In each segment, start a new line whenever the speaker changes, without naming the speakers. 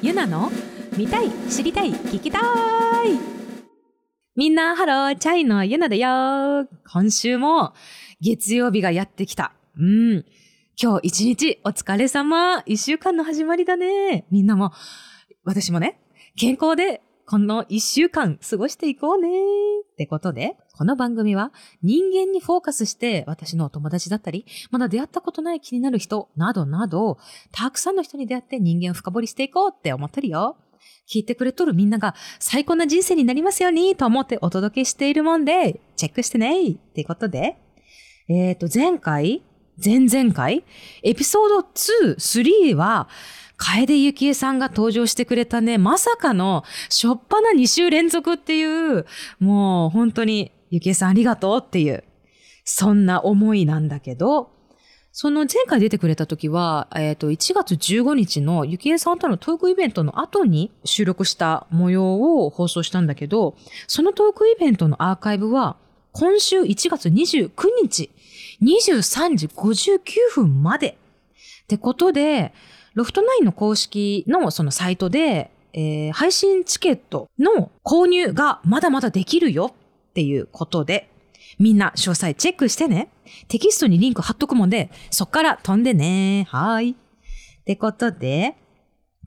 ゆなの見たい知りたい聞きたいみんなハローチャイのゆなだよ今週も月曜日がやってきたうん今日一日お疲れ様一週間の始まりだねみんなも私もね健康でこの一週間過ごしていこうねってことでこの番組は人間にフォーカスして私のお友達だったりまだ出会ったことない気になる人などなどたくさんの人に出会って人間を深掘りしていこうって思ってるよ聞いてくれとるみんなが最高な人生になりますようにと思ってお届けしているもんで、チェックしてねってことで、えっ、と、前回、前々回、エピソード2、3は、楓幸恵さんが登場してくれたね、まさかの、しょっぱな2週連続っていう、もう本当に、幸恵さんありがとうっていう、そんな思いなんだけど、その前回出てくれた時は、えっ、と、1月15日のゆきえさんとのトークイベントの後に収録した模様を放送したんだけど、そのトークイベントのアーカイブは、今週1月29日、23時59分まで。ってことで、ロフトナインの公式のそのサイトで、えー配信チケットの購入がまだまだできるよっていうことで、みんな詳細チェックしてね。テキストにリンク貼っとくもんで、そっから飛んでね。はーい。ってことで、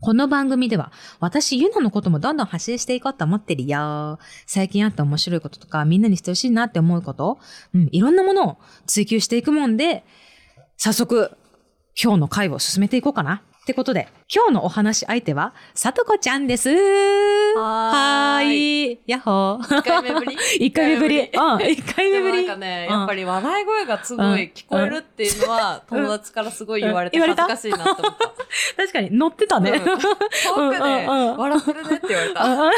この番組では、私、ゆなのこともどんどん発信していこうと思ってるよ。最近あった面白いこととか、みんなにしてほしいなって思うこと、うん、いろんなものを追求していくもんで、早速、今日の回を進めていこうかな。ってことで、今日のお話し相手は、さとこちゃんです。は
はー
ーい。やっほー。
一回目ぶり
一回目ぶり。うん、一回目
でも
ぶ
な
り。
んかね、
うん
やっぱり笑い声がすごい聞こえるっていうのは、
うん
友達からすごい言われて
うん
恥ずかしいなと思った。
確かに乗ってたね。
うん 遠くで
うんうん
笑ってるねって言われた。
あ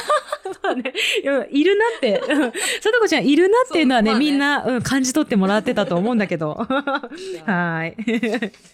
そうね。いやいるなって、 うんさとこちゃんいるなっていうのはね、
そうまあね
みんな、うん、感じ取ってもらってたと思うんだけ ど。はーい。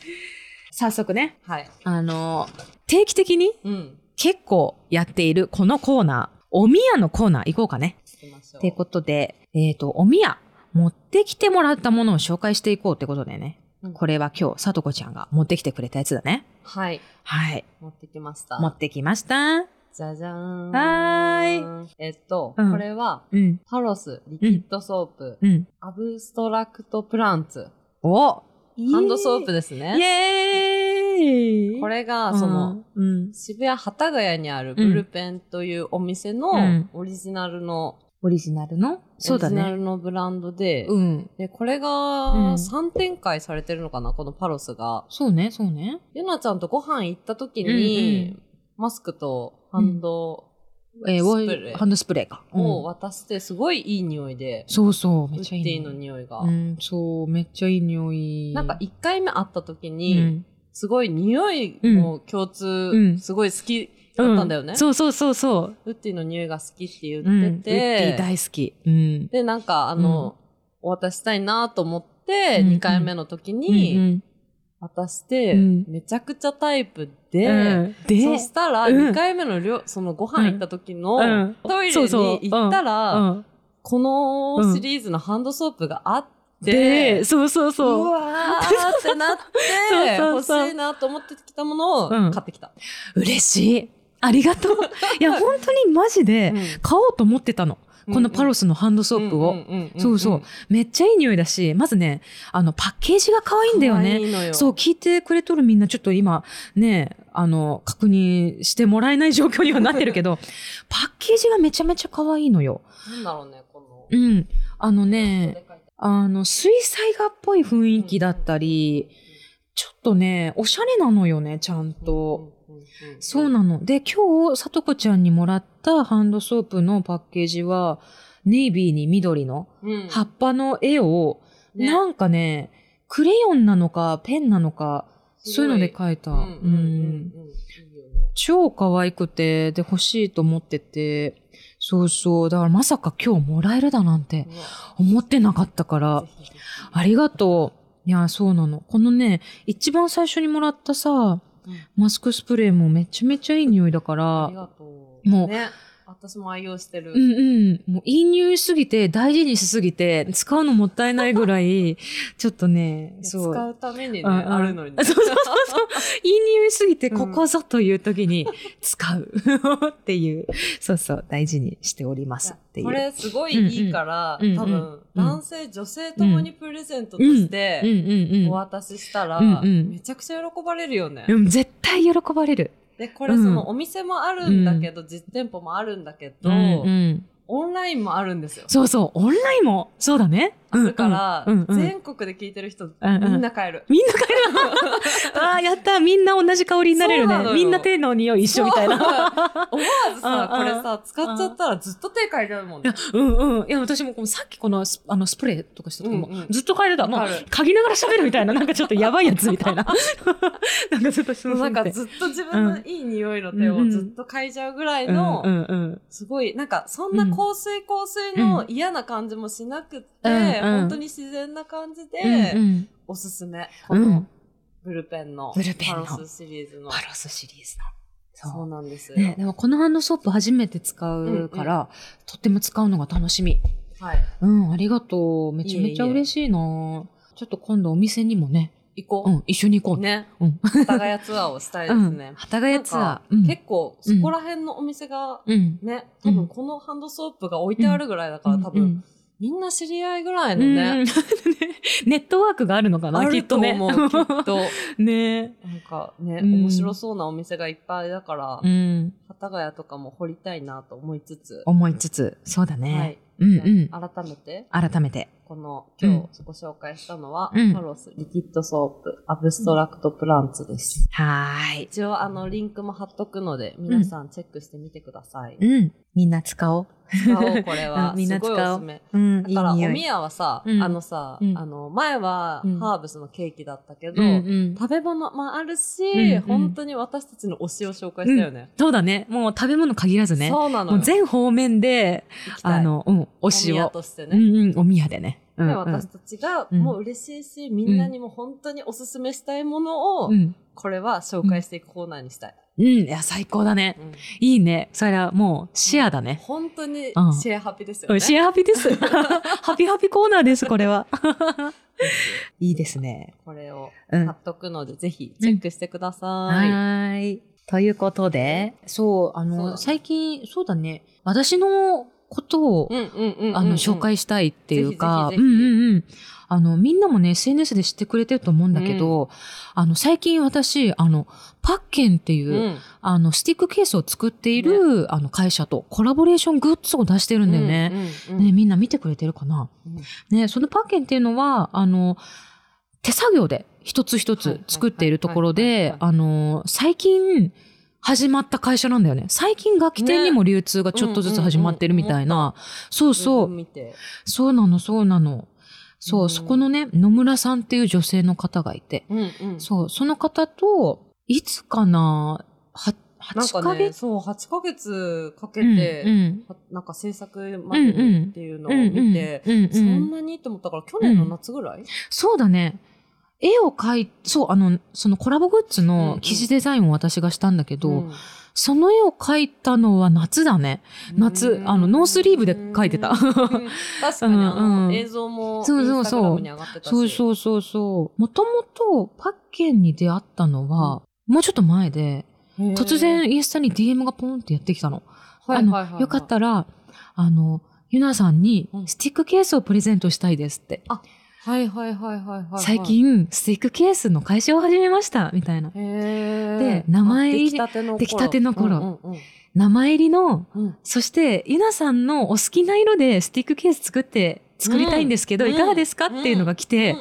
早速ね、
はい。
あの、定期的に
うん。
結構やっているこのコーナー、おみやのコーナー行こうかね。
聞きましょ
っ
う。
てことで、えっ、と、おみや、持ってきてもらったものを紹介していこうってことでね。
うん
これは今日、さとこちゃんが持ってきてくれたやつだね。
はい。
はい。
持ってきました
持。ってきました。
じゃじゃーん。
はー
い。えっと、
うん
これは、
うん。
パロス、リキッドソープ、
うん。
アブストラクトプランツ、
おハ
ハンドソープ
で
です
イ
ね。
エーイ
これが、その、、
うん。
渋谷幡ヶ谷にあるブルペンというお店の
うん
オリジナルの、
オリジナルのそうだ
オリジナ
ね。
ルのブランドで、
うん。
でこれが
ん
3展開されてるのかな、このパロスが。
そうね、そうね。
ゆなちゃんとご飯行った時に、
うん
マスクとハンド
えー、ウ
スプレ
ォイ
ー
ハンドスプレーか。うん
を渡して、すごいいい匂いで、
そうそう、
ウ
めっ
ッ
ちゃ
デ
いいね。
ィの匂いが。
うん、そう、めっちゃいい匂い。
なんか1回目会った時
い
に、すごい匂いも共通、
ん
すごい好きだったんだよね。
そうそうそうそう。
ウッディの匂いが好きって言
うんウ
っ
ッ
てて、
ディ大好き。うん。
で、なんか、あの、お渡ししたいなと思って、
うん
2回目の時
う
に
ん
渡して、
うん
めちゃくちゃタイプ
う
で、
んで、
そしたら、
うん
2回目のりょ、そのご飯行った時の、
うん
トイレ
そう
に
そう
行ったら、
うん
このシリーズのハンドソープがあって、
で、そうそう
う
そう。
わーってなって、
そうそうそう
欲しいなと思ってきたものを
うん
買ってきた。
嬉しい。ありがと う。いや、本当にマジで、買おうと思ってたの。このパロ
ス
スのハンドソープを。そうそう。めっちゃいい匂いだし、まずね、あの、パッケージが可愛いんだよ
可
ね。
愛いのよ
そう、聞いてくれとるみんな、ちょっと今、ね、あの、確認してもらえない状況にはなってるけ ど、パッケージがめちゃめちゃ可愛いのよ。
なんだろうね、この。
うん。あの
で
ね、
かい
あの、水彩画っぽい雰囲気だったり、ちょっとね、おしゃれなのよね、ちゃんと。
うんうんうんうん、
そうなの。で、今日、さとこちゃんにもらったハンドソープのパッケージは、ネイビーに緑の
うん
葉っぱの絵を、
ね
なんかね、クレヨンなのか、ペンなのか、
すごい
そういうので描いた。
う
うん
うん
ん
うんうんいいよね
超可愛くて、で、欲しいと思ってて、そうそう。だからまさか今日もらえるだなんて
う
思ってなかったか
わ
ら
ぜ、ひぜひ
ありがとう。いや、そうなの。このね、一番最初にもらったさ、マスクスプレーもめちゃめちゃいい匂いだか
あ
ら
り、がとう。
もう
ね私も愛用してる。
うんうん。もう、いい匂いしすぎて、大事にしすぎて、使うのもったいないぐら い、ちょっとね、
いや
そう。
使うためにね、
うんうん
あるのにね。
そうそうそういい匂いすぎて、
うん
ここぞという時に使うっていう、そうそう、大事にしておりますっていう。
これすごいいいから、
うんうん
多
うん
分、男性、女性ともにプレゼントとし
うん
て、
うん
お
うん
渡ししたら、
うんうん
めちゃくちゃ喜ばれるよね。
うん。絶対喜ばれる。
で、これそのお店もあるんだけど、実店舗もあるんだけど、
うんうん
オンラインもあるんですよ。
そうそう、オンラインも、そうだね。うん
だから、
うんうん
全国で聞いてる人、
うん
みんな買 える。
みんな帰る。ああ、やった。みんな同じ香りになれる
そうなの
ね。
よ
みんな手の匂い一緒みたいな。
な。思わずさ、
うん
こ
うん
れさ、使っちゃったらずっと手変えれるもんね。
うんうん。いや、私もこのさっきこのスあのスプレーとかした時も、
うんうん
ずっと嗅いでた。もう
わかる、
嗅ぎながら喋るみたいな、なんかちょっとやばいやつみたいな。なんかずっと質問
なんかずっと自分のいい匂いの手をずっと嗅いじゃうぐらいの、
うんうんうん。
すごい、なんかそんな香水香水の嫌な感じもしなくって、
うんうん
本当に自然な感じで、
うんうん
おすすめ。こ
う
の
ん
ブルペンの、
ブルペンの
パルスシリーズの。
パロスシリーズの。
そうなんですよ。
ね、でもこのハンドソープ初めて使うから、とっても使うのが楽しみ。
はい。
うん、ありがとう。めちゃめちゃ
いえいえ
嬉しいなちょっと今度お店にもね、
行こ
う
う。
ん、一緒に行こうね。
ね。
うん。
幡ヶ谷ツアーをしたいです
うん
ね。
幡ヶ谷ツアー。う
なん
ん
か結構、そこら辺のお店が、
うん。
ね、
う
多
ん
分このハンドソープが置いてあるぐらいだから、多
う
分、
ん
みんな知り合いぐらい
うん
の
うん
ね、
ネットワークがあるのか
あ
なきっ
ると
とね。
思う、きっと。
ね
なんかね、
うん
面白そうなお店がいっぱいだから、
うん。
幡ヶ谷とかも掘りたいなと思いつつ、
思いつつ、そうだ
は
ね。
い。
うんうん
ね。改めて、
改めて。
この
うん
今日ご紹介したのは、
うん
パロスリキッドソープアブストラクトプランツです。
はーい。
一応あのリンクも貼っとくので、皆さんチェックしてみてください。
うん。みんな使おう。
使おう、これは。
うん みんな使おう
すごいおすすめ。
うん、
だから、お
いい匂い。
みやはさ、
うん
あのさ、
うん
あの、前は
うん
ハーブスのケーキだったけど、
うんうん。
食べ物もあるし、
んうん
本当に私たちの推しを紹介したよね。
そうだね。もう食べ物限らずね。
そうな
も
のよ。
う全方面で、
行きたい
あの、うん、推
お
し
宮
を。
として
う
ね。
んうん、おみやでね。うん
で
うん
私たちが
うん
もう嬉しいし、みんなにも本当におすすめしたいものを、
うん。
これは紹介していくコーナーにしたい。
うん、いや、最高だね。
うん
いいね。それはもう、シェアだね。
本当にシ
うん
ェアハピですよ
うん
ね。
シェアハピ です。ハピハピコーナーです、これは。 いいですね。
これを
うん
貼っとくので、ぜひチェックしてください。
はーい。ということで、そう、あ
そうだ
の、
ね
最近、そうだね、私のことを、
うんうんうんうん
あの、紹介したいっていうか、
ぜ
うん
ひぜひぜひ
うんうん。あの、みんなもね、SNS で知ってくれてると思うんだけど、あの、最近私、あの、パッケンっていうう、
ん
あの、スティックケースを作っている、あの、会社とコラボレーショングッズを出してるんだよね。
うんうん
ね、みんな見てくれてるかな、ね、そのパッケンっていうのは、あの、手作業で一つ一
はい
つ作っているところ
はいはい
で
は、い
あの、最近始まった会社なんだよね。最近楽器店にも流通がちょっとずつ始まってるみたい
うんうんうん
な。そうそう。
見て
そうなの、そうなの。そう、
うん
そこのね、野村さんっていう女性の方がいて、
うんうん
そう、その方と、いつかな、は、
なん
8
か
ヶ
ね、
月
そう、8ヶ月かけ
うん
て、
うん
はなんか制作までにっていうのを
うんうん
見て、
うんうん
そんなにと思ったから、去年の夏ぐらい、
そうだね。絵を描い、そう、あの、そのコラボグッズ
うんう
の
ん
記事デザインを私がしたんだけど、
うん
その絵を描いたのは夏だね。夏、あの、ノースリーブで描いてた。
うん確かに、あ
うんう
の、
ん
映像も、
そうそうそう
インスタグラムに上がってたし。
そうそうそうそう。もともとパッケンに出会ったのは、もうちょっと前で、
へー
突、然インスタに DM がポンってやってきたの。
は
あ
い
の
はいはいはい
よかっ。たら、あの、ゆなさんに
うん
スティックケースをプレゼントしたいですって。
はいはいはいはいはいはい。
最、近、スティックケースの会社を始めました、みたいな。
へ
で
ー
名前入り
出来たての頃。
出来たての頃
うんうん
名前入りの、
うんうん
そして、ゆなさんのお好きな色でスティックケース作って、作りたいんですけど、
うん
いかがですか、
うん
っていうのが来て、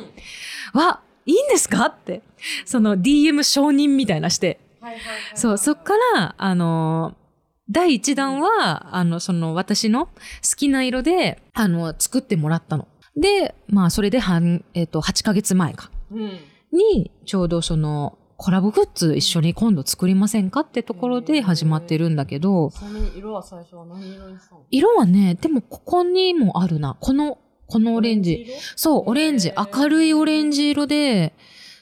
うん
わ、いいんですかって、その DM 承認みたいなして、
はいはいはいはい
そう、そっから、あのー第1弾は、あの、その、私の好きな色で、あの、作ってもらったの。で、まあ、それで、はん、えっ、と、8ヶ月前か。
うん
に、ちょうどその、コラボグッズ一緒に今度作りませんかってところで始まってるんだけど、
ちなみに色は最初は何色にしたの
色はね、でもここにもあるな。この、このオレンジ。
色。
そう、オレンジ
へ。ー
明るいオレンジ色で、
かわ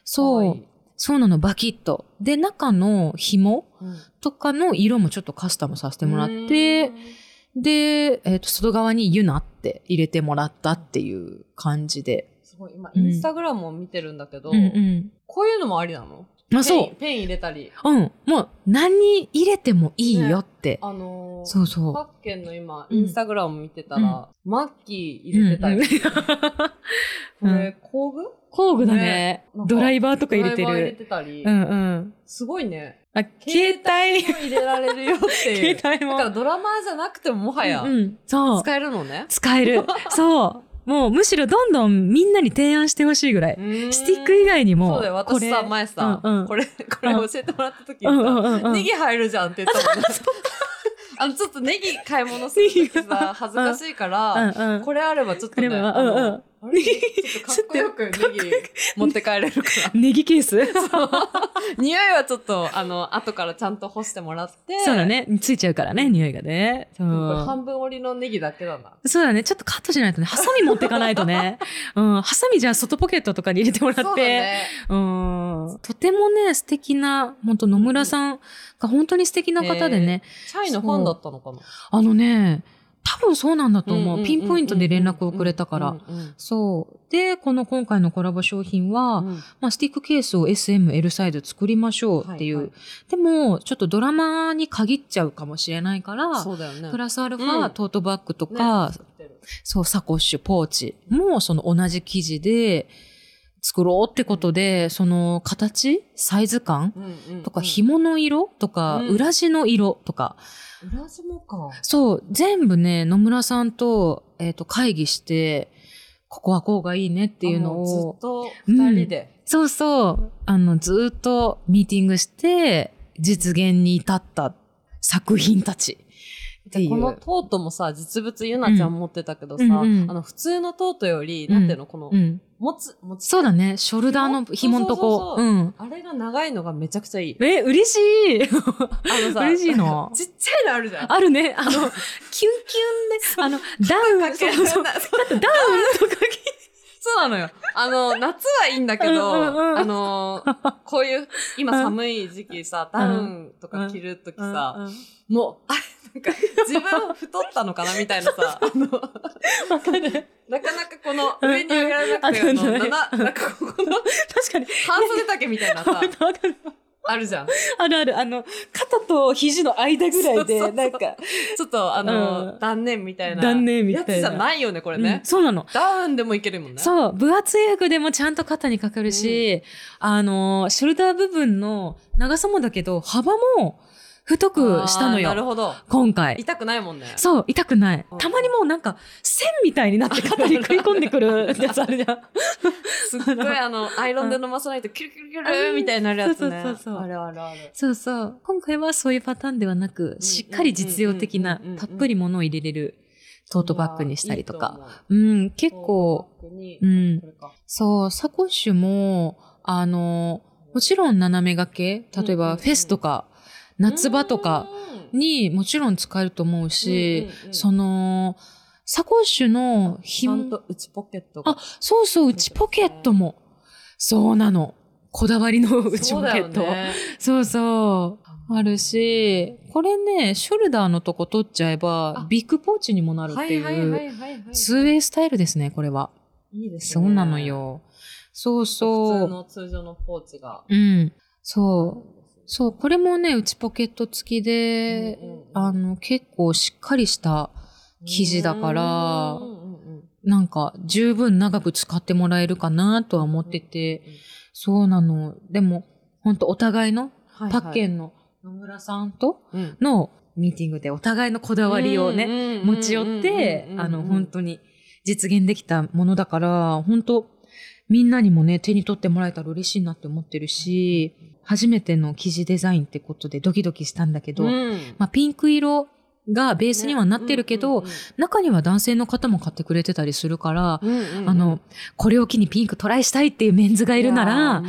そ、
いう
そうなの、バキッと。で、中の紐
い。うん
とかの色もちょっとカスタムさせてもらって、で、えっ、と、外側にユナって入れてもらったっていう感じで。
すごい、今、
うん
インスタグラムを見てるんだけど、
ん。
こういうのもありなの
まあそ
ペンペン入れたり。
う。うん。もう何入れてもいいよって。
あのー、
そうそう。
パッケンの今、
うん
インスタグラム見てたら、マッキー入れてたり。
うんうん
これ、工具
工具だね
ねなんか
ドライバーとか入れて
ドライバー入れ
る。
てたり。
うんうん。
すごいね。
あ、携帯。
入れられるよって いう。
携帯
だ
も。
からドラマーじゃなくてももはや
うん、うん。そう。
使えるのね。
使える。そう。もうむしろどんどんみんなに提案してほしいぐらい。スティック以外にも。
そうだよ、私さ、前さ、
うんうん
これ、これ教えてもらった時に
う
さ、
んうんうんうん。
ネギ入るじゃんって言ったもんね。 あの、ちょっとネギ買い物する時
ネギが
さ、恥ずかしいから、
うんうん。
これあればちょっとね、
これはうんうん
あのあれちょっとかっこよくネギ持って帰れるから。
ネギケース
匂いはちょっと、あの、後からちゃんと干してもらって、
そうだね。ついちゃうからね、匂いがね。そ
これ
う。
半分折りのネギだけだな。
そうだね。ちょっとカットしないとね。ハサミ持ってかないとね。うん。ハサミじゃあ外ポケットとかに入れてもら
そ
っ
うだ
て。
ね。
うん。とてもね、素敵な、本当野村さんが本当に素敵な方でね。
チャイのファンだったのかな
あのね、多分そうなんだと思う。ピンポイントで連絡をくれたから。
うんうん
そう。で、この今回のコラボ商品は、
うん
まあ、スティックケースを SM、L サイズ作りましょうっていう。
はいは
でも、ちょっとドラマに限っちゃうかもしれないから、
そうだよね。
プラスアルファ、
うん
トートバッグと
ね
か、
作ってる
そう、サコッシュ、ポーチもその同じ生地で作ろうってことで、その形、サイズ感
うんうんうん
とか、紐の色とか、
うん
裏地の色とか、
裏もか。
そう、全部ね、野村さんと、えっ、と、会議して、ここはこうがいいねっていうの
あ
を
ずっ、と二人で。
そうそう。あの、ずーっとミーティングして、実現に至った作品たち。ってい
で
う。
このトートもさ、実物ゆなちゃん持ってたけどさ、
うん
あ
うんうん
の、普通のトートより、
うん
なんていうの、この
う、ん。
持つ、持つ。
そうだね。ショルダーの紐のとこ。
そうそうそう
うん。
あれが長いのがめちゃくちゃいい。
え、嬉しい
あのさ、
嬉しいの
ちっちゃいのあるじゃん。
あるね。 あの、キュンキュンね。あの、ダウン、
け
そうそう。
なそう
ダウンとか
そうなのよ。あの、夏はいいんだけど、
うんうんうん
あの、こういう、今寒い時期さ、ダウンとか着るとき
着
さ、もう、あれ、なんか、自分太ったのかなみたいなさ、あの、
わかる。
なかなかこの、上に上げられなくて、
う
あ
ん
の、
あのね
なななんかここの、
確かに。
半袖丈みたいな
わ
さ
か、るわかる
あるじゃん。
あるある。あの、肩と肘の間ぐらい
そうそうそ
で、
う
なんか、
ちょっと、あの、
うん
断念みたいな。
断念みたいな
やつじゃないよね、これ
うん
ね。
そうなの。
ダウンでもいけるもんね。う。
そう、分厚い服でもちゃんと肩にかかるし、あの、ショルダー部分の長さもだけど、幅も太くしたの
なる
よ。
ほど。
今回。
痛くないもんね。
そう、痛くない
うん。
たまにもうなんか、線みたいになって肩に食い込んでくる やつあるじゃん。
すっごい、あの、アイロンで飲まさないと、キュルキュルキュルみたいになるやつね。
そうそうそうそう
あるあるある。
そうそう。今回はそういうパターンではなく、しっかり実用的な
うんうんうんう、ん
たっぷり物を入れれるトートバッグにしたりとか。
か。
うん、
いい
結
と
構
思う、、トートバッグに
うん
これか
そう、サコッシュも、あの、もちろん斜め掛け、例え
うんうんう
ば
ん
フェスとか、夏場とかにもちろん使えると思うし、そ
の
の、サコッシュの
ちゃん
紐、
と内ポケットが
あそうそう、内ポケットも、そうなの。こだわりの内ポ
そう
ケ
だよ
ット。そう,、
ね
そうあるし、これね、ショルダーのとこ取っちゃえば
あ、
ビッグポーチにもなるっ
は
てい、
いうはいはいはいはい
ツーウェイスタイルですね、これは。
いいです
そ
ね
うなのよ。そうそう。
普通の通常のポーチが
うん。そう。そう、これもね、内ポケット付きで、
うんうんうん
あの、結構しっかりした、生地だから
うんうんうん
なんか、十分長く使ってもらえるかなとは思ってて、
うんうん
そうなの。でも、ほんとお互いの、
はいはい
パッケンの野村さんと
うん
のミーティングでお互いのこだわりをね、
ね
持ち寄って、あの、本当に実現できたものだから、本当みんなにもね、手に取ってもらえたら嬉しいなって思ってるし、初めての生地デザインってことでドキドキしたんだけど、まあ、ピンク色がベー
ベ
スにはなってるけど、中には男性の方も買ってくれてたりするから、あ
あ
の、これを機にピンクトライしたいっていうメンズがいるなら、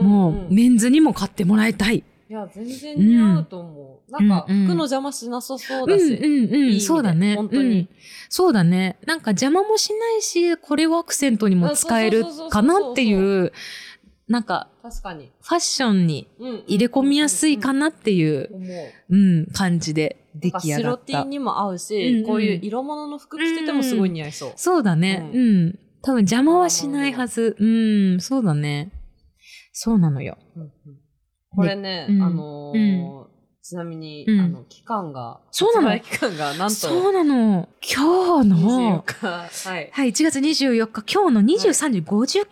もう、
い
メンズにも買ってもらいたい。
や全然似合うと思うなんか
う
服
んうん
の邪魔しなさそう
うん
だ
う
し
ん
い
う
意
ん、
味で
そうだね。
本当に
うんそうだね。なんか邪魔もしないし、これをアクセントにも使える
あそうそうそうそう
かなっていうなんか、
確かに。
ファッションに
うん。
入れ込みやすいかなっていう、
思う。
うん、感じで出
なんか
来上
白
がっ
T
た。
にも合うし、
うんうん
こういう色物の服着ててもすごい似合いそう。
そうだね。う。
うん
多分邪魔はしないはず。うん、そうだね。そうなのよ。
これね、
うん
あのーちなみに、
うん
あの、期間が、
そうなの
発売期間がなん
そ
と、
うなの。今日
24
の、
日。はい。
はい、1月24日、今日の23時59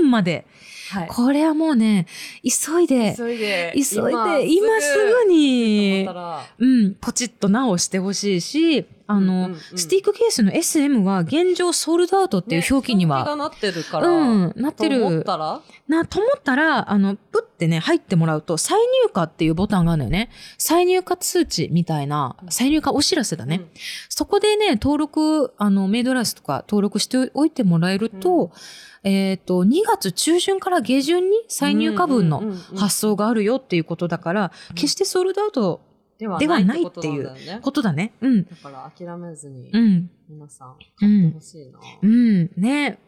分まで。
はい。
これはもうね、急いで、
急いで、
急いで、今すぐに
思った、ら
うん、ポチッと直してほしいし、あの、
うんうんうん
スティックケースの SM は現状ソールドアウトっていう
ね
表記に
表
は、
記がなってるから、
うん、なって
と思っ
る。
たら、
な、と思ったら、あの、プってね、入ってもらうと、再入荷っていうボタンがあるのよね。再入荷通知みたいな
う、ん
再入荷お知らせだね。
うん
そこでね、登録、あの、メイドラスとか登録しておいてもらえると、えっ、と、2月中旬から下旬に再入荷分
うん
の
うんうんうん
発送があるよっていうことだから、
ん
決してソールドアウト
では
ではないって
ないん
う
だよね
ことだね。うん。
だから諦めずに
う、ん。
皆さん、買ってほしいな。
うん。ね。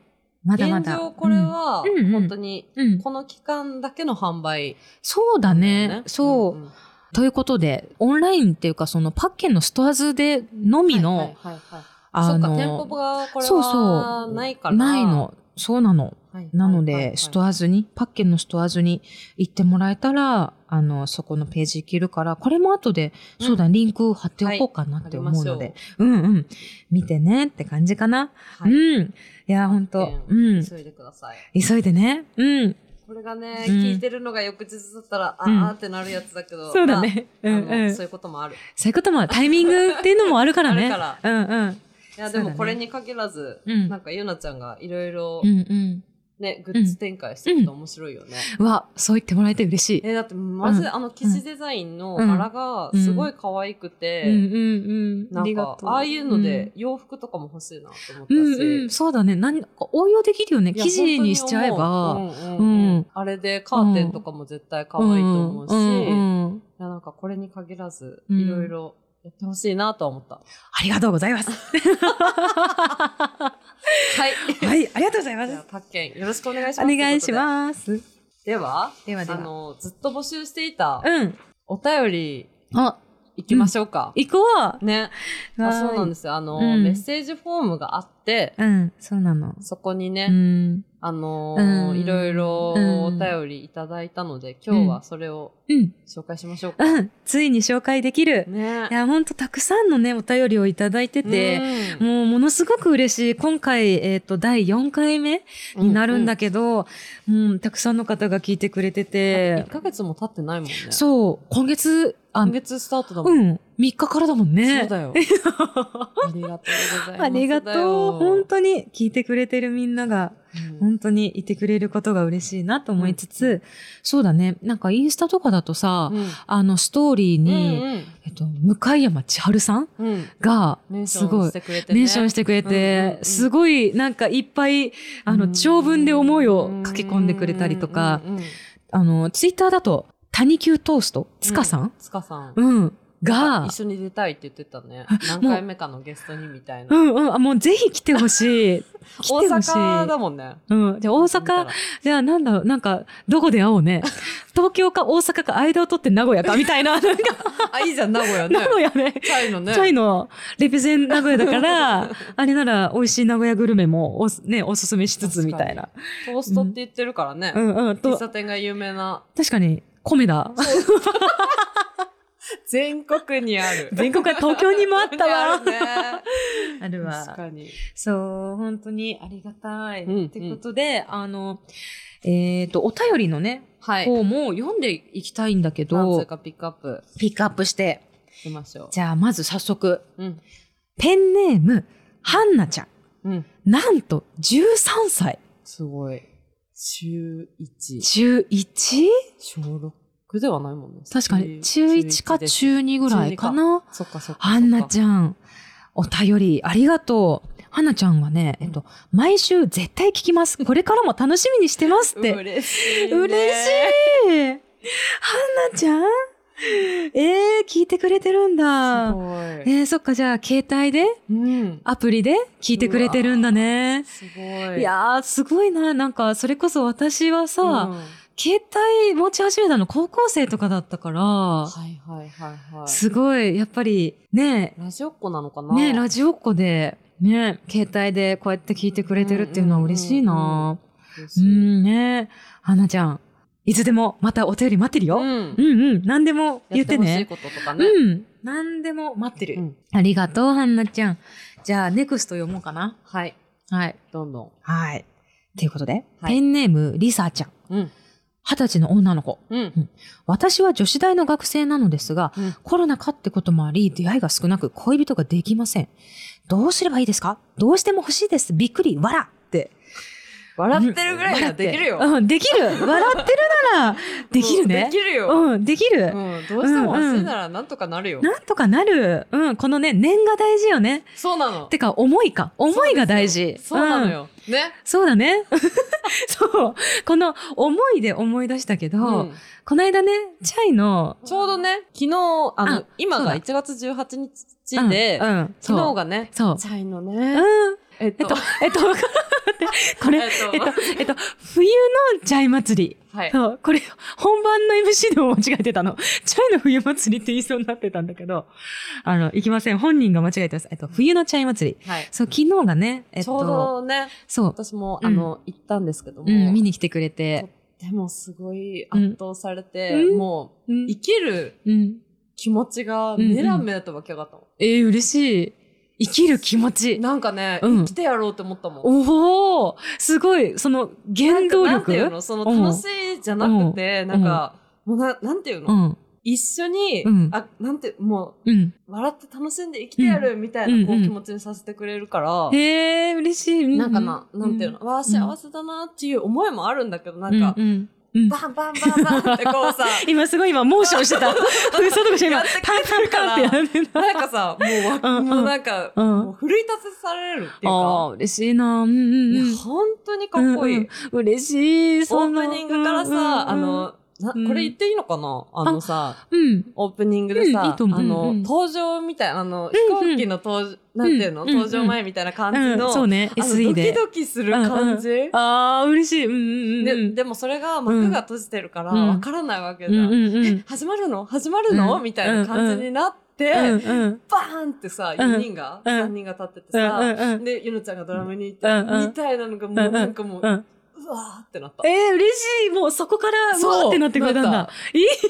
まだま
現
だ。
状これは
うんうんうん、
本当に、
うん、うん
この期間だけの販売
そうだ
なんだ
ね。
よね。
そう。
んん
ということで、オンラインっていうか、そのパッケンのストアズでのみの、
はいはいはいはい
あの、
そっか、店舗がこれ
そうそ
は
う
ないから。
ないの。そうなの。
はいはいはいはい。
なので、スト
ア
アズに、パッケンのストアズに行ってもらえたら、あの、そこのページ行けるから、これも後で、
うん
そうだ、リンク貼っておこうかなって思うので、うんうん。見てねって感じかな。
はい
うん。いや、ほんと、うん。
急いでください。
急いでね。うん。
これがね、
うん
聞いてるのが翌日だったら、あ
うん
ーってなるやつだけど。
そうだね。う
まあ。
ん
あ
う
の
ん。
そ
そうう
いうこともある。
いうことも、タイミングっていうのもあるからね。
ある
うんうん。
いや、
そ
で
うだ
も
ね
これに限らず、
うん
なんかゆなちゃんがいろいろ
うんうん。
ね、グッズ展開してると面白いよね。
うわ、そう言ってもらえて嬉しい。
え、だってまず、
うん
あの生地デザインの柄がすごい可愛くて、
うんうんうん。
な
あ
ん
りが
か
とう。
ああいうので洋服とかも欲しいなって思った
う
し、
ん、うんうん、そうだね。何か応用できるよね。
いや
生地にしちゃえば。
本当に思ううんうんうん
うん
あれでカーテンとかも絶対可愛いと思うし、
ん
い
んうん
やなんかこれに限らず
うん
いろいろやってほしいなとは思った、
ありがとうござい ます。
はい
はい、ありがとうございま
じゃあ
す。
パッケンよろしくお願いします
お願いします。
すでは
ではでは
あのずっと募集していた
うん。
お便り
あ、
いきましょうか、
行こう。。
ねあそうなんですすよあの、
うん
メッセージフォームがあって
うん、そうなの。
そこにね、
うん。
あの
うん
いろいろお便りいただいたので、今日はそれを
うん、
紹介しましょうか。
うん。ついに紹介できる。
ね
いや、ほんとたくさんのね、お便りをいただいてて、
で
もうものすごく嬉しい。今回、えっ、と、第4回目になるんだけど、うん、たくさんの方が聞いてくれて
1
て、
ヶ月も経ってないもんね。
そう、今月、あ、
今月スタートだもん。
うん、3日からだもんね。
そうだ よ。ありがとうございます。
ありがとう。本当に聞いてくれてるみんなが、
うん
本当にいてくれることが嬉しいなと思いつつ、そうだね、なんかインスタとかだとさ、
うん
あの、ストーリー
う
に、
ん
えっと、向山千春さん
うんうん
が、
メンシ
す
ョン
ご
し
い、
てくれてね。
メンションしてくれて、
うんうんうん
すごい、なんかいっぱい、あ
う
の、
ん
長文で思いを書き込んでくれたりとか、。
うんうんうん
あの、ツイッターだと、谷急トースト、塚さん、
つかさん。
うん、が、
一緒に出たいって言ってたね。何回目かのゲストにみたいな
う。んうん、あ、もうぜひ来てほしい。来
大
てほしい。
阪だもんね。
うん。じゃあ大阪、、じゃあなんだろう、なんか、どこで会おう ね。東京か大阪か間を取って名古屋かみたいな、なんか、
あ、いいじゃん、名古屋ね
名。古屋ね。
チャイのね。
チャイのレペゼン名古屋だ から、あれなら美味しい名古屋グルメもおす、ね、おすすめしつつみたいな。
トーストって言ってるからね。
うんうん。
喫
と、
茶店が有名な。
確かに、米だ。
全国にある。
全国から東京にもあったわ。
ね。
ある
確
わ。
かに。
そう、本当にありがたい。
うんうん
ってことで、あの、えっ、と、お便りのね、
はい。
方も読んでいきたいんだけ
なんつう
ど、
かピックアップ
ピックアップして。
しましょ
じゃあ、まず早速、
う。うん。
ペンネーム、ハンナちゃん。
うん。
なんと、13歳。
すごい。中1。
11?
小6ではないもんね。
確かに、中1か
です
中2ぐらいかな。
そっかそっか。
ハンナち
ゃん。
ゃん、お便りありがとう。ハンナちゃんはね、えっと、毎週絶対聞きます。これからも楽しみにしてますって。
嬉しい。
嬉しい。ハンナちゃんえー、聞いてくれてるんだ。
すごい。
えー、そっか、じゃあ、携帯で、
うん。
アプリで聞いてくれてるんだね。
すごい。
いやー、すごいな。なんか、それこそ私はさ、
うん、
携帯持ち始めたの高校生とかだったから、
いはいはいはい。
すごい、やっぱり、ね
ラジオっ子なのかな
ねラジオっ子で、ね携帯でこうやって聞いてくれてるっていうのは嬉しいなう、
うん
ね花ちゃん、いつでもまたお便り待ってるよ。うん、
ん
う。ん、何でも言
や
っ
っててほしい
ね。
こととかね。
うん、何でも待ってる。
うん
ありがとう、ハンナちゃん。じゃあ、ネクスト読もうかな。
はい。
はい。
どんどん。
はい。ということで、
はい
ペンネーム、リサちゃん。
うん。
二十歳の女の子。
うん。
私は女子大の学生なのですが、
うん
コロナ禍ってこともあり、出会いが少なく恋人ができません。どうすればいいですかどうしても欲しいです。びっくり。わらって。
笑ってるぐらいならできるよ。
うん、できる。笑ってるなら、できるね
で。きるよ。
うん、できる。
うん。どうしても暑いならなんとかなるよ。
なんとかなる。うん、このね、念が大事よね。
そうなの。
てか、思いか。思いが大事。
そうなの
ん
よ。ね。
そうだね。 そう。この思いで思い出したけど、
うん
この間ね、チャイの、
ちょうどね、昨日、あ
あ
の、今
そう
が
だ
1月18日で、
うんうん、
昨日
が、
がね、
そう。
チャイの
う
ね、
ん。
えっ
えっ
と
と、、えっと、待ってこれ、えっ
えっ
と
と、
えっと、冬のチャイ祭り。
はい。
そう、これ、本番の MC でも間違えてたの。チャイの冬祭りって言いそうになってたんだけど、あの、いきません。本人が間違えてます。えっと、冬のチャイ祭り。
はい。
そう、昨日がね、えっ
ちょう
と、
どね、
そう、
私も、
うん
あの、行ったんですけども、
うん、見
で
に来てくれて、
もすごい圧倒されて、
うん
も
う
う、
ん
生、きる
うん。
気持ちが、
うん
メラメラと湧き上がったも
えー、嬉しい。生きる気持ち
ん。。なんかね、
うん
生きてやろうって思ったもん。
おおすごいその原動
なんて
力
いうのその
うん
楽しいじゃなくて、なんか、もうな、なんていうの、
うん
一緒に、
うん
あ、なんて、もう、
うん
笑って楽しんで生きてやるみたい
うん
なこ
うんう
うん気持ちにさせてくれるから、
へえ嬉しい、う
なんかな、なんていうの、わあ幸
せ
せだなっていう思いもあるんだけど、なんか、
うんうん
バンバンバンバンってこう さ、
今すごい今モーション してた嘘とかして今
やってくれてるから
パンパンパンってやってた
なんかさ、もう
うんう
わ、
ん
もうなんか、
うん
もう奮い立たせられるっていう
あ
か、
ー嬉しいなうんうん
い
うん
や、本当にかっこいい。
うんうん嬉しい
オ
そん
ー
な
プニングからさ、あの、な
うん
これ言っていいのかなあのさ、
うんうん
オープニングで
うんいい
さ、
と思う
あ
う
の、
んうん
登場みたいな、あの、
うんうん
飛行機の登場、なんていうの、
うんうん
登場前みたいな感じ
うん
の、
そうね
あの
SE
ドキ
で
ドキする感じ、
ああ嬉しいうんうんうん
ででもそれが幕が閉じてるから
うん
わからないわけ
う
じゃ
ん
ん。
うんうん
始まるの始まるの、
うん
みたいな感じになって、
うんうん
バーンってさ
うん
4人が、
うん
3人が立ってて
う
さ、
んうん
でゆのちゃんがドラムに行って、
うんうん
みたいなのがもうなんかもう、
う
うんわーってなった。
えー、嬉しいもうそこから
そう
もうってなってくれたん
な
だ
っ。
いい 嬉しい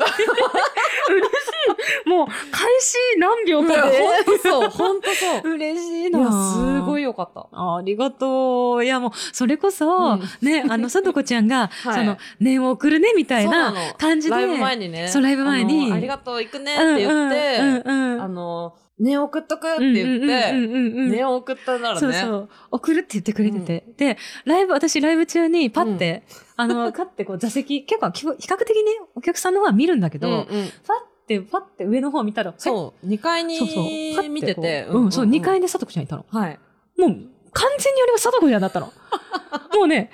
もう開始何秒
い
か
や
で
ほんとそう、ほんとそう。
嬉しい
いや、
な
すご
い
いよかった。
ありがとう。いや、もう、それこそ、
うん
ね、あの、さとこちゃんが、
はい
その、念を送るね、みたい
そう
な
なの
感じで、
ライブ前にね。
そうライブ前に
あのありがとう、行くねっ
うん
て言って、
うんうんうん
あの、念送っとくって言って、
うんうんうんうんうん
念を送ったならね。
そうそう。送るって言ってくれてて。で、ライブ、私ライブ中にパって、あの、パってこう座席、結構、比較的ね、お客さんの方は見るんだけど、
うんうん
パって、パって上の方見たら、
そう、2階
そうそう。
に見てて。
うん、そう、2階
に。
でさとこちゃんいたの。
はい。
もう、完全にあれはさとこちゃんだったの。もうね、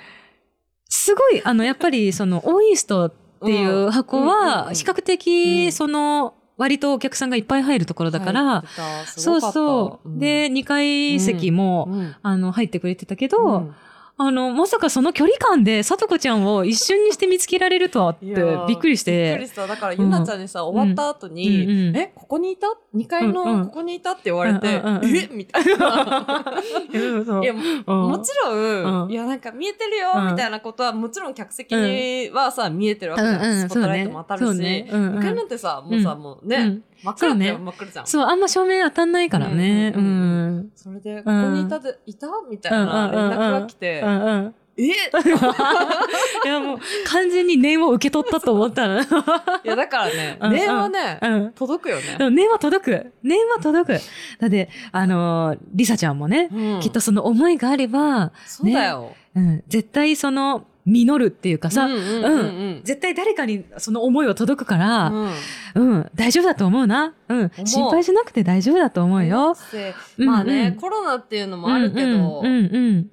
すごい、あの、やっぱり、その、オーイーストっていう箱
うんうん
は、
うん
比較的、
うん
その、割とお客さんがいっぱい入るところだから、
入ってた、す
そ
ご
う
かった
そう。、で、2階席も、
うん
あの、入ってくれてたけど、
うん
あの、まさかその距離感で、さとこちゃんを一瞬にして見つけられるとはっ
い
て
やー、
びっくりし
びっくり
て。
した。だから、ゆなちゃんにさ、終わった後に、
うんうん
え、ここにいた ?2 階
うんうん
のここにいたって言われて、
うんうんうん
えみたい な。
うんそう
いや、
うん
もちろん、
うん
いや、なんか見えてるよ、
うん
みたいなことは、もちろん客席にはさ、見えてるわけじゃん。
うんうん
スポットライトも当た
そう
るし。
ねそうねうんうん
2階なんてさ、もうさ、
う
もう
う
ね、
ん
真っ暗だ
そう
よ、
ね
真っ暗じゃん。
そう、あんま照明当たんないからね。う
うんうんうん
ん。
それで、ここにいたで、いたみたいな連絡が来て、
うんうん。
え
いや、もう完全に念を受け取ったと思ったら。
いや、だからね
うん、
念はね、
うん。
届くよね
で。も念は届く。念は届く。だって、あのー、りさちゃんもね、
うん
きっとその思いがあれば、
そうだよ。
うん、絶対その、実るっていうかさ、
うんうんうん
絶対誰かにその思いは届くから、
うん。うん
うん、大丈夫だと思うな。うん、
う
心配しなくて大丈夫だと思うよ。
でまあ
うんう
ね
ん、
コロナっていうのもあるけど
うん、うん、うんうん
うん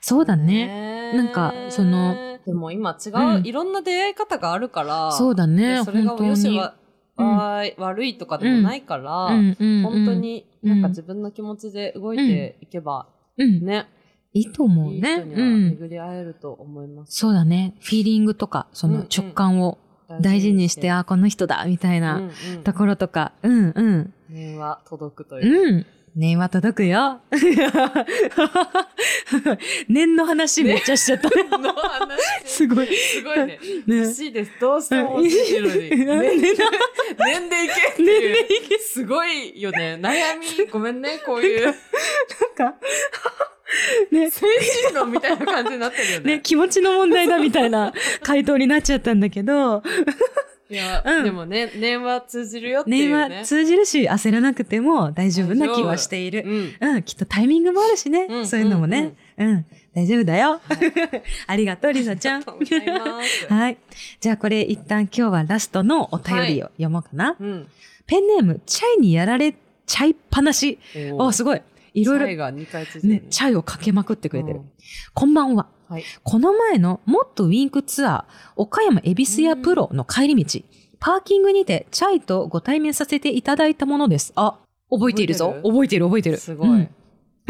そうだね。
ね
なんかその、
でも今違
う
う、
ん
いろんな出会い方があるから、
そうだね。
でそれが
本当
よし
に。
わ
うん
わーい悪いとかでもないから、
うんうんうん
本当になんか自分の気持ちで動いていけば
うん
ね、
いいと思う
いい
ね。
人には
うん。
巡り会えると思います。
そうだね。フィーリングとか、そ
うんう
の
ん
直感を大事にして、あ、この人だ、みたい
うんう、
なんところとか。うんうん。
念は届くという。
うん。念は届くよ。 念の話めっちゃしちゃ った。
の話
すごい。
すごいね。
ね
欲しいです。どうしても欲しい のに。年で年でいけって
念
い
で
う。すごいよね。悩み、ごめんね、こういう。
なんか、 ね、
精神論みたいな感じになってる よね。
ね、気持ちの問題だみたい な回答になっちゃったんだけど、
いや、
うん
でもね、念は通じるよっていう
念
ね。
は通じるし、焦らなくても大丈夫な気はしている。
うん。
うん、きっとタイミングもあるしね、
うん
そういうのもね。うん、大丈夫だ よ。 ありがとう、りさちゃ
あ
ん
りがとうございま。 す
はい。 じゃあこれ一旦今日はラストのお便りを読もうかな。
うん。
ペンネーム、チャイにやられちゃいっぱなし。あ、すごい。い
い
ろい
い
ろ、
が2回ついてる
ね、チャイをかけまくってくれてる。
うん
こんばんは。
はい。
この前のもっとウィンクツアー、岡山恵比寿屋プロの帰り道、パーキングにてチャイとご対面させていただいたものです。あ、覚えているぞ。覚えてる覚えてる。
すごい。
うん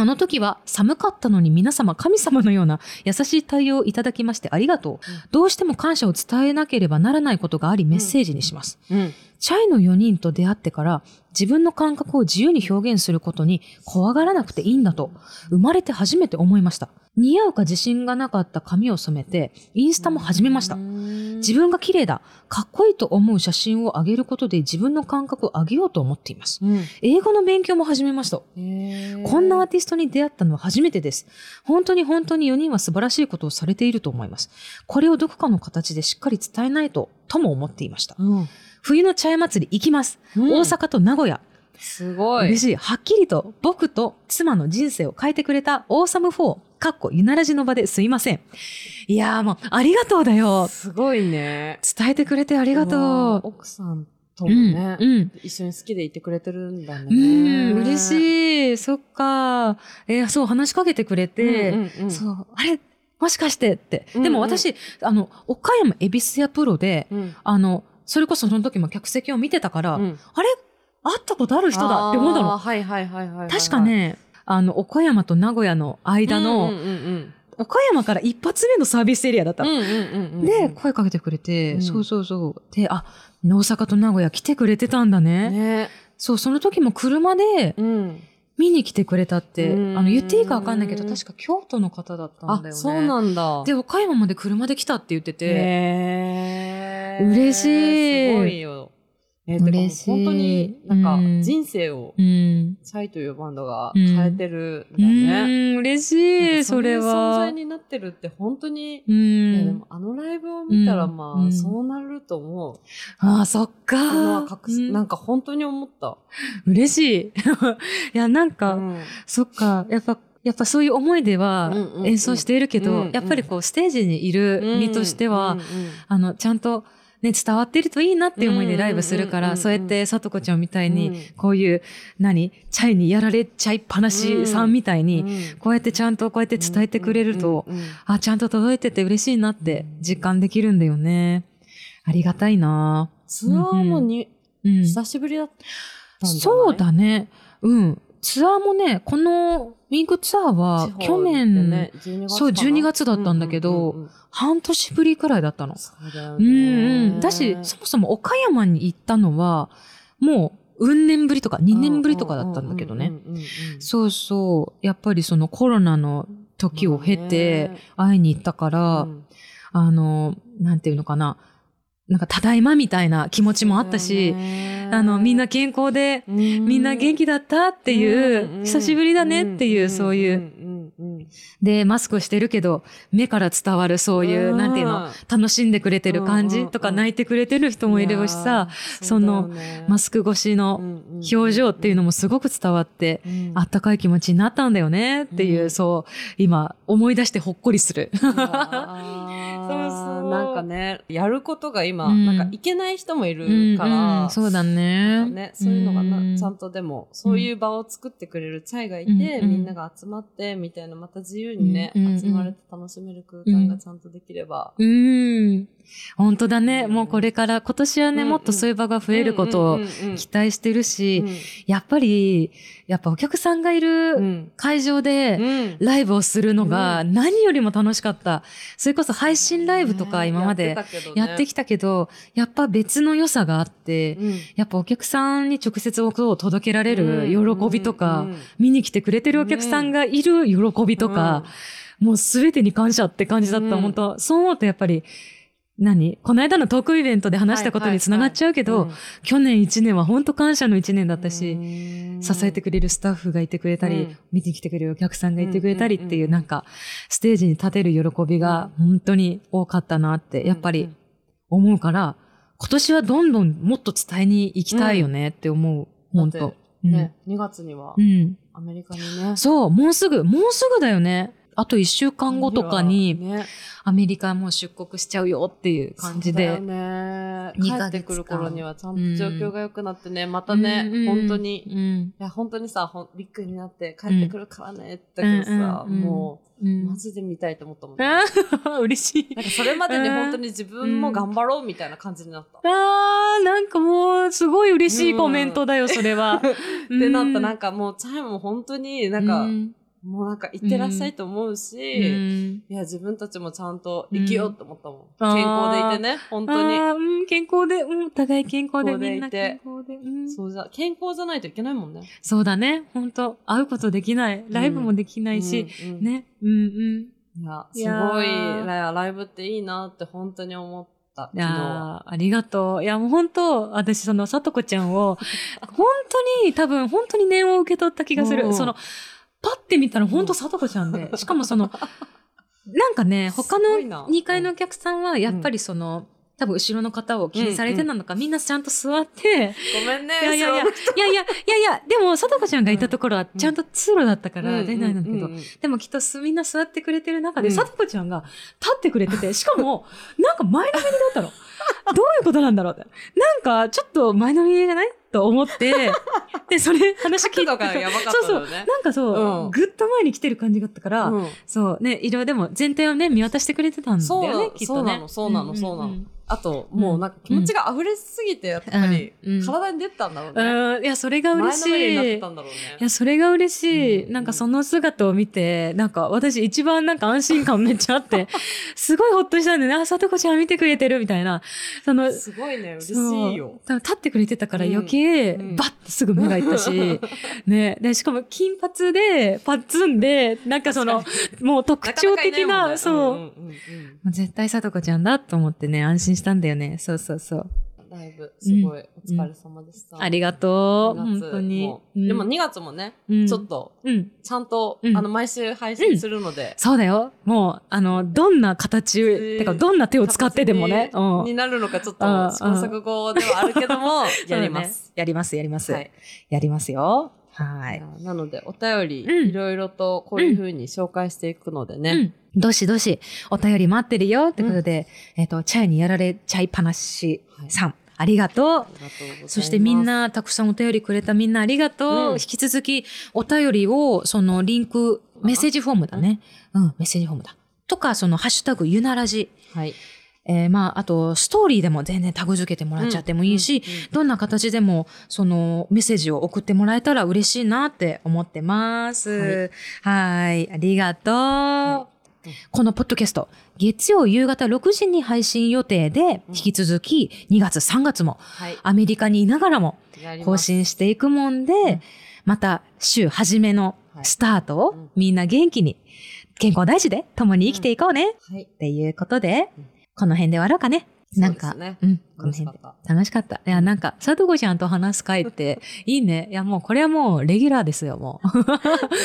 あの時は寒かったのに皆様神様のような優しい対応をいただきましてありがとう。どうしても感謝を伝えなければならないことがありメッセージにします。
うん。
チャイの4人と出会ってから自分の感覚を自由に表現することに怖がらなくていいんだと生まれて初めて思いました。似合うか自信がなかった髪を染めてインスタも始めました。自
自
分が綺麗だ、かっこいいと思う写真を上げることで自分の感覚を上げようと思っています。
分。
英語の勉強も始めました。
うん。
こんなアー
わ
ティストに出会ったのは初めてです。本当に本当に4人は素晴らしいことをされていると思います。これをどこかの形でしっかり伝えないと、とも思っていました。
うん。
冬の茶屋祭り行きます。大
大。
阪と名古屋。
すごい。
嬉しい。はっきりと僕と妻の人生を変えてくれたオーサム4、かっこゆならじの場ですいません。いやーもう、ありがとうだよ。
すごいね。
伝えてくれてありが
わあ
とう。
奥さんとも
うん、
ね、
うん。
一緒に好きでいてくれてるんだね。
うん、嬉しい。そっか。えーそう、話しかけてくれて、
うんうんうん
そう、あれもしかしてって。
うんうん
でも私、あの、岡山恵比寿屋プロで、
うん
あの、それこそその時も客席を見てたから、
うん
あれ会ったことある人だって思った
あー
の。
はいはいはいはいはいはい。
確かね、あの、岡山と名古屋の
うんう
間
ん
の、
うんうん、
岡山から一発目のサービスエリアだったの。
うんうんうんうん
で、声かけてくれて、
うん
そうそうそう。で、あ、大阪と名古屋来てくれてたんだね。
ね、
そう、その時も車で
うん、
見に来てくれたって、
うん
あの、言っていいかわかんないけど、確か京都の方だったんだよ
あ
ね。
そうなんだ。
で、岡山まで車で来たって言ってて、
へー
嬉しい
すごいよ。えー、てかもう
嬉しい
本当になん
うん
か人生を
うん。
チャイというバンドが変えてるん
う
だね。
ん、嬉し
なん
い、
か
そう
い
れ
う存
は
在。になってるって本当に
う
いやで
ん
も。あのライブを見たら
うん
まあ、
うん
そうなると思う。
ああ、そっ
あの
か。
隠す
うん
なんか本当に思った。
嬉しい。い や、なんか、
うん
そっか。やっぱ、やっぱそういう思いでは
うんうんうん
演奏しているけど、
うんうん
やっぱりこう、ステージにいる身としては、
うんうんうん
あの、ちゃんと、ね、伝わってるといいなっていう思いでライブするか
うんう
ら、
んうんうん
そうやって、さとこちゃんみたいに、
うん
こういう、何チャイにやられちゃいっぱなしさんみたいに、
うん
こうやってちゃんとこうやって伝えてくれると、
うんうんうん
あ、ちゃんと届いてて嬉しいなって実感できるんだよね。ありがたいな
ツアーもに、
うん。
久しぶりだったんじゃない
そうだね。うん。ツアーもね、このウィンクツアーは
地方
去年、
でね12月
そう
かな
12月だったんだけど
うんうんうんうん
半年ぶりくらいだったの。
そうだよ
う
ね
んうん。だし、そもそも岡山に行ったのは、もう、うん年ぶりとか、2年ぶりとかだったんだけど
う
ね
ん。うんうんうんうん
そうそう。やっぱりそのコロナの時を経て、会いに行ったから、
うん
あの、なんていうのかな。なんか、ただいまみたいな気持ちもあったし、あの、みんな、健康で、み
み
んな元気だったっていう、久しぶりだねっていう、そういう。
う、
で、マスクしてるけど、目から伝わるそ
そう
いう、なんていうの、楽しんでくれてる感
うん
じ
うん
とか、泣いてくれてる人もいるしさ、、そのマスク越し
ク
の表情っていうのもすごく伝わって、あったかい気持ちになったんだよねっていうう、
ん
そう、今、思い出してほっこりする。
そうそう
そうそうそう
なんかね、やることが今、
うん
なんかいけない人もいうる
ん
から、
うん、そうだね
なんかね、そういうのがな、
うん
ちゃんとでも、そういう場を作ってくれるチャイがいて、
うんうん
みんなが集まって、みたいな、また自由にね、
うんうん
集まれて楽しめる空間がちゃんとできれば、
うん本当だねもうこれから今年はね、
うんうん
もっとそういう場が増えること
うん
を
うんうんうん
期待してるし、やっぱりやっぱお客さんがい
うん
る
うん
会場で、
うん
ライブをするのが何よりも楽しかった。それこそ配信ライブとか今まで
やってたけどね
やってきたけど、やっぱ別の良さがあって、
うん
やっぱお客さんに直接音を届けられる
うん
喜びとか、
うんうん
見に来てくれてるお客さんがいる喜びとか、もう全てに感謝って感じだった、
うん
本当そう思うとやっぱり、何この間のトークイベントで話したことにつながっちゃうけど、去年1年は本当感謝の1年だったし、支えて
く
くれるスタッフがいてくれたり、
うん
見に来てくれるお客さんがいてくれたりっていう、
うんうんうん
なんか、ステージに立てる喜びが本当に多かったなって、やっぱり思うから、今年はどんどんもっと伝えに行きたいよねって思う、
うん
本
だっ
当
て。
うん
ね、2月には
うん。
アメリカにね、
そう、もうすぐ、もうすぐだよね。あと一週間後とかに、
ね
アメリカもう出国しちゃうよっていう感じ
そう
で。
だよね
二ヶ月
帰
間
ってくる頃にはちゃんと状況が良くなってね、またね、
うん
本当に、い
うん
や、本当にさ、ほんビッグになって帰ってくるからね、だけどさ、
うんうんうん
も
う
う、
ん
マジで見たいと思ったもんね。
あー嬉しい
な。んかそ れまでに本当に自分
う
も
ん
頑張ろうみたいな感じになった。
あー、なんかもう、すごい嬉しいコメントだよ、それは。
ってなった、
う
なんかもう、チャイも本当になん
う
か、
ん
もうなんか行ってらっしゃいと思う
う
し、
ん
いや、自分たちもちゃんと生きようと思ったもん。
うん
健康でいてね、本
あ
当に。
ーうん、健康で、うん、お互い健康で、
健康でいて
みんな健康で。うん
そうじゃ、健康じゃないといけないもんね。
そうだね、本当会うことできない、ライブもできないし、
うんうん
ね、うんうん。
いや、
い
す
やー
ごい、ラライブっていいなって本当に思った。
い
昨
や
日。
ーありがとう。いや、もう本当、私、その、さとこちゃん を、本当に、多分、本当に念を受け取った気がす
う
る。
ん
その、パッて見たら、本
う
当
ん
さとこちゃんで、しかもその、なんか ね、他の
すごいな
2階のお客さんは、やっぱりその、多分、後ろの方を気にされてなのか、みんなちゃんと座って、
ごめんね、
いやいやいや、い
後ろ
やいや、いやいや、でも、さとこちゃんがいたところは、ちゃんと通路だったか
の
ら、出ないんだけど
うん、うん
でもきっとすみんな座ってくれてる中で、
うん
さとこちゃんが立ってくれてて、しかも、 なんか前のめりだったの。 どういうことなんだろうって。なんか、ちょっと前のめりじゃないと思 って、で、それ話聞いて
角度がやばかっ
そう
た
そ
の
う。
よね。
なんかそう、
うん
ぐっと前に来てる感じだったから、
うん
そうね、いろいろでも全体をね、見渡してくれてたんだよね、
そう
きっとね。
そうなのそうなのそうなの
ん
あと、もうなんか気持ちが溢れすぎて、やっぱり、
うん
体に出てたんだろう
う
ね。
んうんいや、それが嬉
前
し
の
い。
めりになってたんだろう
い
ね。
や、それが嬉しい。
うん
なんかその姿を見て、なんか私一番なんか安心感めっちゃあって、 すごいほっとしたんでね、あ、さとこちゃん見てくれてるみたいな。その、
すごいね、嬉し
そう
いよ。
多分立ってくれてたから余計、
うんうん
バッてすぐ目がいった し、ね。で、しかも金髪で、パッツンで、なんかその、もう特徴的な、
かかいいもんね
そう。
んうんうん
もう絶対さとこちゃんだと思ってね、安心したんだよね。そうそうそう。
うん。ライブ、すごい、お疲れ様でした。
ありがとう。
2
本
月
当に
も。うでも2月もね、
うん
ちょっと、
うん。
ちゃんと、
うん
あの、毎週配信するので、
そうだよ。もう、あの、どんな形、
ー
てか、どんな手を使ってでもね。う
に
ん。
なるのかちょっと
うん
試行錯誤ではあるけども、やり
そうだ
ま
ね
す。。
やります、やります。
はい、
やりますよ。はい。
なので、お便り、
うん
いろいろとこういうふうに紹介していくのでね。
うん。どしどし、お便り待ってるよ。ってことで、えっと、チャイにやられちゃいっぱなし
はい
さん、ありがとう
あ。りがとうございます
そしてみん、な、たくさんお便りくれたみんなありがとう。
うん
引き続き、お便りを、そのリンク、メッセージフォームだね。うん、メッセージフォームだ。とか、その、ハッシュタグ、ゆならじ。
はい、
えーまあ、あと、ストーリーでも全然タグ付けてもらっちゃってもいいし、どんな形でも、その、メッセージを送ってもらえたら嬉しいなって思ってます。はい。ありがとう、
いうん
このポッドキャスト、月曜夕方6時に配信予定で、
うん
引き続き2月3月も
はい、
アメリカにいながらも
やり
更
ます
新していくもんで、
ん
また週初めの
はい
スタートを
うん
みんな元気に、健康大事で共に生きていこうね。
はい、
っていうことで、
うん
この辺で終わろうかね。なんか、
そうですね
うん、この
楽し
辺
か
で
っ。た。
楽しかった。いや、なんか、さとこちゃんと話す会 って、いいね。いや、もう、これはもう、レギュラーですよ、もう。
あ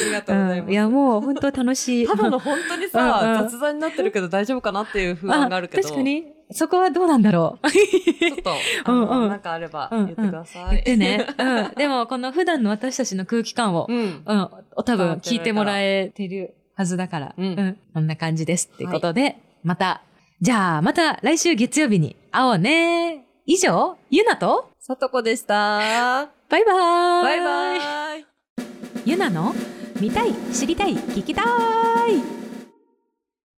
りがとうござい
うん、い
ま
や、もう、本当楽しい。
す。ただの本当に
うん
さ、
うん
雑談になってるけど大丈夫かなっていう不安があるけど、
確かに。そこはどうなんだろう。
ちょっと、あの
うんうん
なんかあれば言ってください。
でね。うん。でも、この普段の私たちの空気感を、
うん。
うん、多分、聞いてもらえてるはずだから、
うん
こんな感じです。っていうことで、また、じゃあ、また来週月曜日に会おうね。以上、ゆなと、
さとこでした。
バイバーイ。
バイバイ。
ゆなの、見たい、知りたい、聞きたーい。